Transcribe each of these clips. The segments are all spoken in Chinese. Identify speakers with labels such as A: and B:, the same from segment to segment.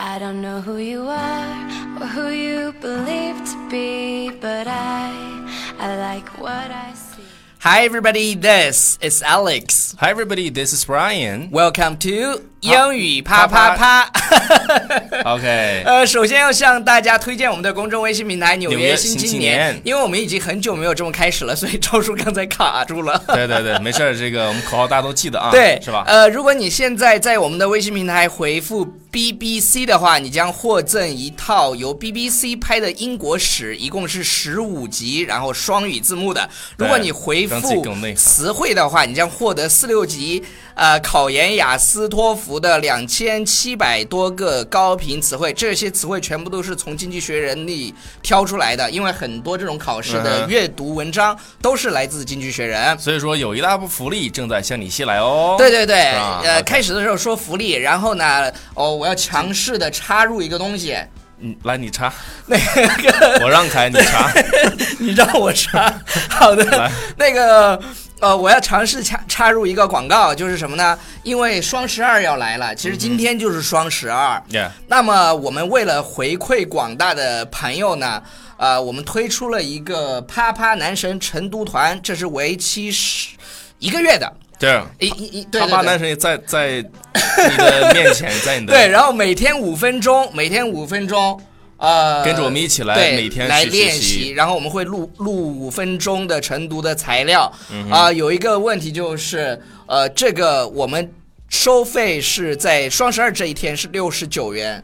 A: I don't know who you are or who you believe to be, but I, I like what I see.
B: Hi, everybody. This is Alex.
C: Hi, everybody. This is Brian.
B: Welcome to 英语啪啪
C: 啪
B: 啪。
C: OK，
B: 呃， 首先要向大家推荐我们的公众微信平台《纽
C: 纽约
B: 新
C: 新
B: 青
C: 青年
B: 因为我们已经很久没有这么开始了，所以赵叔刚才卡住了。
C: 对对对，没事儿，这个我们口号大家都记得啊，
B: 对，
C: 是吧？
B: 呃，如果你现在在我们的微信平台回复 BBC 的话，你将获赠一套由 BBC 拍的英国史，一共是十五集，然后双语字幕的。如果
C: 对
B: 你回
C: 让自己
B: 复
C: 更内涵
B: 词汇的话，你将获得四六级呃考研雅思托福的两千七百多个高频词汇，这些词汇全部都是从《经济学人》里挑出来的，因为很多这种考试
C: 嗯
B: 的
C: 哼
B: 阅读文章都是来自《经济学人》。
C: 所以说有一大部分福利正在向你袭来哦。
B: 对对对，
C: 是吧
B: 呃，
C: OK
B: 开始的时候说福利，然后呢，哦，我要强势的插入一个东 西，
C: 嗯，来 你插，那个我让开，你插。
B: 你让我插，好的
C: 来，
B: 那个。呃，我要尝试插插入一个广告，就是什么呢？因为双十二要来了，其实今天就是双十二。
C: Yeah，
B: 那么我们为了回馈广大的朋友呢，呃，我们推出了一个啪啪男神成都团，这是为期十一个月的，
C: 这样，
B: 一一一对
C: 他
B: 对
C: 爸
B: 对
C: 男。神也在在你的面前，在你的
B: 对，然后每天五分钟，每天五分钟，呃，
C: 跟着我们一起来
B: 对
C: 每天去
B: 来
C: 学
B: 练
C: 习
B: 习，然后我们会录录五分钟的晨读的材料。啊、
C: 嗯
B: 有一个问题就是，呃，这个我们收费是在双十二这一天是六十九元。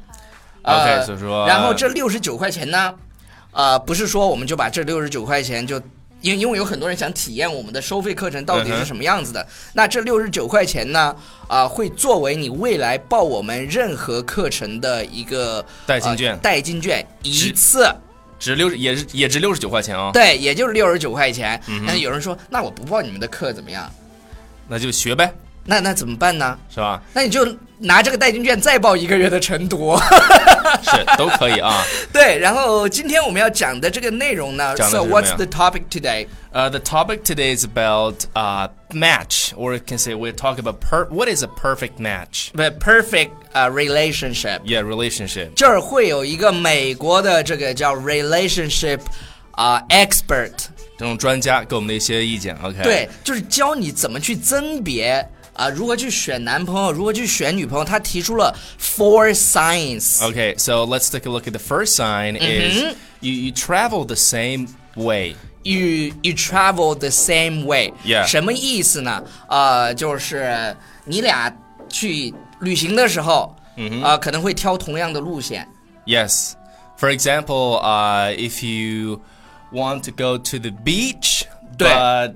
B: 呃
C: OK，所以说
B: 然后这六十九块钱呢，呃，不是说我们就把这六十九块钱就。因因为有很多人想体验我们的收费课程到底
C: 嗯
B: 是
C: 哼
B: 什么样子的，那这六十九块钱呢，啊、会作为你未来报我们任何课程的一个
C: 代金
B: 呃
C: 券哦
B: 代金券一
C: 只
B: 次，
C: 值六十也是也值六十九块钱啊、
B: 对，也就是六十九块钱。
C: 嗯
B: 但是有人说，那我不报你们的课怎么样？
C: 那就学呗，
B: 那那怎么办呢？
C: 是吧？
B: 那你就拿这个代金券再报一个月的晨读。
C: 是都可以啊。
B: 对，然后今天我们要讲的这个内容呢
C: 讲的是
B: ，So
C: 什么
B: what's
C: 呀
B: the topic today？
C: Uh, the topic today is about uh, match, or you can say we're talking about per- what is a perfect match?
B: The perfect 呃 relationship，
C: Yeah, relationship.
B: 这儿会有一个美国的这个叫 relationship 啊 expert，
C: 这种专家给我们的一些意见，OK？
B: 对，就是教你怎么去甄别。啊，如何去选男朋友，如何去选女朋友？他提出了 four signs。
C: Okay, so let's take a look at the first sign
B: Mm-hmm.
C: is you, you travel the same way.
B: you you travel the same way，、
C: Yeah
B: 什么意思呢？呃，就是你俩去旅行的时候，嗯、呃，可能会挑同样的路线。
C: Yes. For example, uh, if you want to go to the beach,
B: 对。
C: but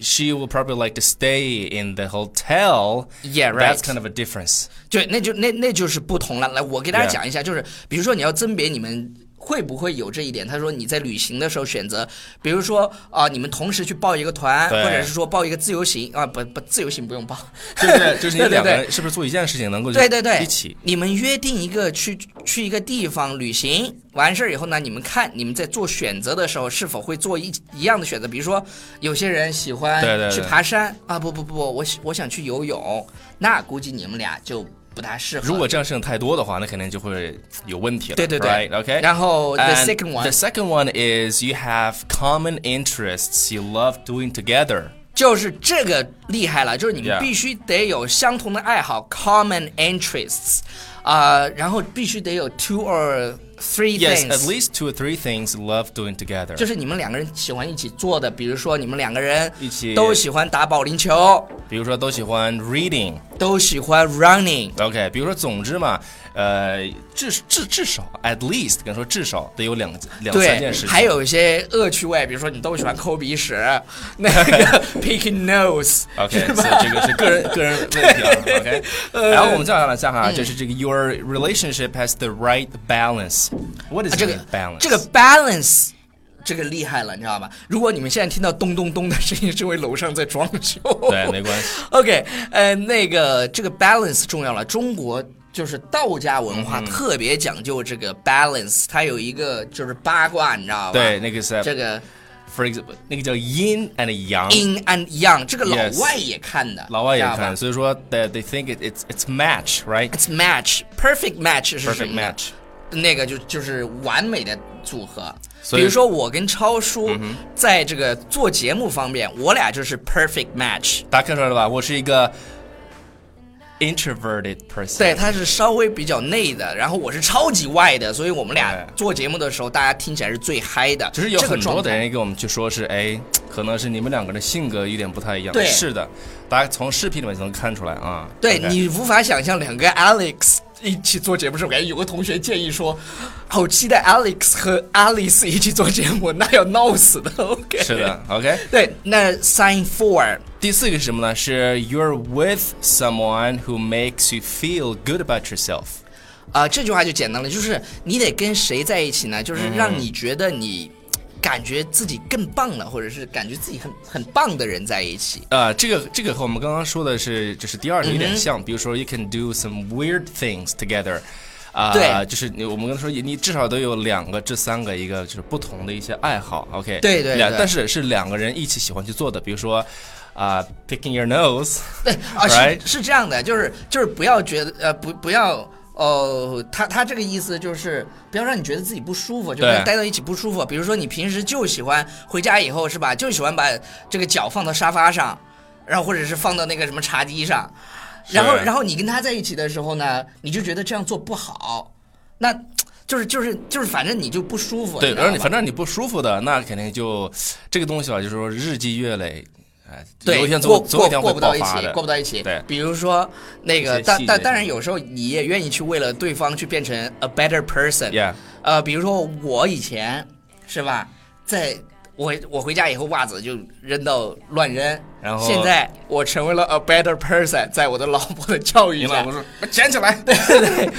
C: she will probably like to stay in the hotel.
B: Yeah, right.
C: That's kind of a difference.
B: 对，那就那那就是不同了。来，我给大家
C: Yeah
B: 讲一下就是比如说你要甄别你们会不会有这一点。他说你在旅行的时候选择，比如说啊、你们同时去报一个团，
C: 对
B: 或者是说报一个自由行啊，不不，自由行不用报， 对对对
C: 就是就是你两个人是不是做一件事情能够
B: 对对对，
C: 一起
B: 你们约定一个去去一个地方旅行，完事儿以后呢，你们看你们在做选择的时候是否会做一一样的选择？比如说，有些人喜欢
C: 对对对
B: 去爬山啊，不不不，我喜我想去游泳，那估计你们俩就不大适合。
C: 如果这样事情太多的话，那肯定就会有问题了。
B: 对对对
C: right? OK。
B: 然后 the
C: And
B: second one
C: the second one is you have common interests you love doing together.
B: 就是这个厉害了，就是你们
C: Yeah.
B: 必须得有相同的爱好 （common interests），啊、然后必须得有 two or three things。
C: Yes, at least two or three things you love doing together.
B: 就是你们两个人喜欢一起做的，比如说你们两个人
C: 一起
B: 都喜欢打保龄球，
C: 比如说都喜欢 reading。
B: 都喜欢 running。
C: OK，比如说总之嘛，呃，至至至少 at least 跟说至少得有两两三
B: 对
C: 件事，情。
B: 还有一些恶趣味，比如说你都喜欢抠鼻屎，那 个 picking nose，
C: OK，所以这个 是个人个人问题啊。OK，然后我们再往下看啊，就是这个 Your relationship has the right balance. What is
B: 啊这个
C: the balance？
B: 这个 balance，这个厉害了，你知道吗？如果你们现在听到咚咚咚的声音，是因为楼上在装修。
C: 对，没关系。
B: OK，呃，那个这个 balance 重要了。中国就是道家文
C: 嗯
B: 化特别讲究这个 balance，、它有一个就是八卦，你知道吧？
C: 对，那个是嗯
B: 这个
C: For example，那个叫 yin and yang。
B: in and young，这个老
C: Yes
B: 外也看的，
C: 老外也
B: 知道吧
C: 看，所以说 that they think it, it's it's match right
B: It's match, perfect match 是什
C: perfect
B: 么呢
C: match。
B: 那个就就是完美的组合。
C: 所
B: 比
C: 以嗯
B: 如说我跟超叔在这个做节目方面，我俩就是 perfect match。
C: 大家看出来了吧？我是一个 introverted person。
B: 对，他是稍微比较内的，然后我是超级外的，所以我们俩
C: 对
B: 做节目的时候，大家听起来是最嗨的。
C: 只是有
B: 这个
C: 很多
B: 状
C: 的
B: 态
C: 人跟我们去说是，哎，可能是你们两个人性格有点不太一样。
B: 对
C: 是的，大家从视频里面就能看出来啊。
B: 对
C: OK
B: 你无法想象两个 Alex 一起做节目的时候，感觉有个同学建议说，好期待 Alex 和 Alice 一起做节目，那要闹死的。OK，
C: 是的。，OK。
B: 对，那 Sign Four
C: 第四个 是什么呢？是 You're with someone who makes you feel good about yourself。
B: 啊、这句话就简单了，就是你得跟谁在一起呢？就是让你觉得你感觉自己更棒了，或者是感觉自己很很棒的人在一起。
C: 啊，这个这个和我们刚刚说的是，就是第二
B: 嗯
C: 点有点像，比如说 you can do some weird things together，啊、
B: 对
C: 就是你我们刚才说你至少都有两个、这三个，一个就是不同的一些爱好，OK，
B: 对对
C: 两
B: 对
C: 但是是两个人一起喜欢去做的，比如说啊、p i c k i n g your nose，
B: 对啊，
C: Right
B: 是是这样的，就是就是不要觉得呃不不要哦，他他这个意思就是不要让你觉得自己不舒服，就
C: 对
B: 跟待到一起不舒服。比如说你平时就喜欢回家以后是吧，就喜欢把这个脚放到沙发上，然后或者是放到那个什么茶几上，然后
C: 是
B: 然后你跟他在一起的时候呢，你就觉得这样做不好，那就是就是就是反正你就不舒服。
C: 对，
B: 知
C: 然后
B: 道
C: 你
B: 吧
C: 反正你不舒服的，那肯定就这个东西吧，就是说日积月累，哎、
B: 对，
C: 有一天
B: 过
C: 总
B: 过
C: 总有一天
B: 过
C: 会
B: 不
C: 爆
B: 到一
C: 发
B: 起
C: 的，，
B: 过不到一起。
C: 对
B: 比如说那
C: 一
B: 个，
C: 些
B: 但
C: 细
B: 但
C: 节
B: 当然有时候你也愿意去为了对方去变成 a better person。
C: ，yeah，
B: 呃，比如说我以前是吧，在我我回家以后袜子就扔到乱扔，
C: 然后
B: 现在我成为了 a better person，在我的老婆的教育
C: 你
B: 下
C: 老，婆说捡起来， 对
B: 对对，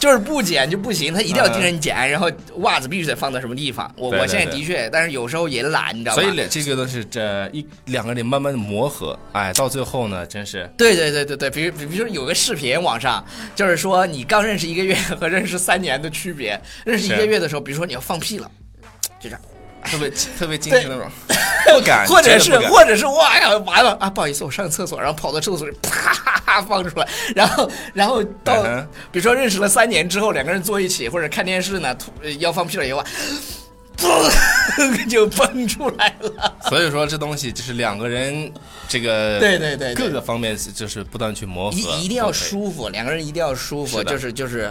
B: 就是不捡就不行，他一定要盯着
C: 嗯
B: 你捡，然后袜子必须得放到什么地方。我
C: 对
B: 我
C: 对
B: 现在
C: 对
B: 的确，但是有时候也懒，你知道吧？
C: 所以两这个都是这一两个人慢慢的磨合，哎，到最后呢，真是
B: 对对对对对，比如比如说有个视频网上，就是说你刚认识一个月 和认识三年的区别。认识一个
C: 是
B: 月的时候，比如说你要放屁了，就这样，
C: 特别特别矜持那种，不敢，
B: 或者
C: 哎真
B: 是
C: 的不敢
B: 或者是哇呀完了啊，不好意思，我上厕所，然后跑到厕所里 啪放出来，然后然后到、
C: 嗯哼
B: 比如说认识了三年之后，两个人坐一起或者看电视呢，突呃要放屁了以后 啊，砰就蹦出来了。
C: 所以说这东西就是两个人这个
B: 对对对对
C: 各个方面就是不断去磨合，
B: 一一定要
C: 都可以
B: 舒服，两个人一定要舒服，
C: 是的
B: 就是就是，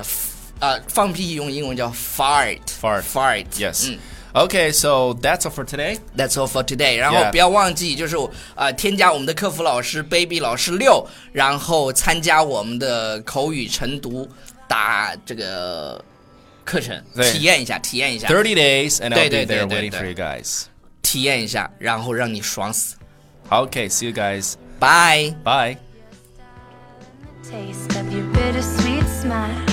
B: 呃，放屁用英文叫 fart
C: Fart
B: fart
C: ，yes
B: 嗯。
C: Okay, so that's all for today.
B: That's all for today。然后
C: Yeah
B: 不要忘记，就是呃，添加我们的客服老师 Baby 老师六，然后参加我们的口语晨读打这个课程，
C: 对
B: 体验一下，体验一下，
C: Thirty days, and
B: 对
C: I'll be
B: 对对
C: there
B: 对
C: waiting
B: 对
C: for you guys.
B: 体验一下，然后让你爽死。
C: Okay, see you guys.
B: Bye。
C: Bye.
A: Taste of your bittersweet smile.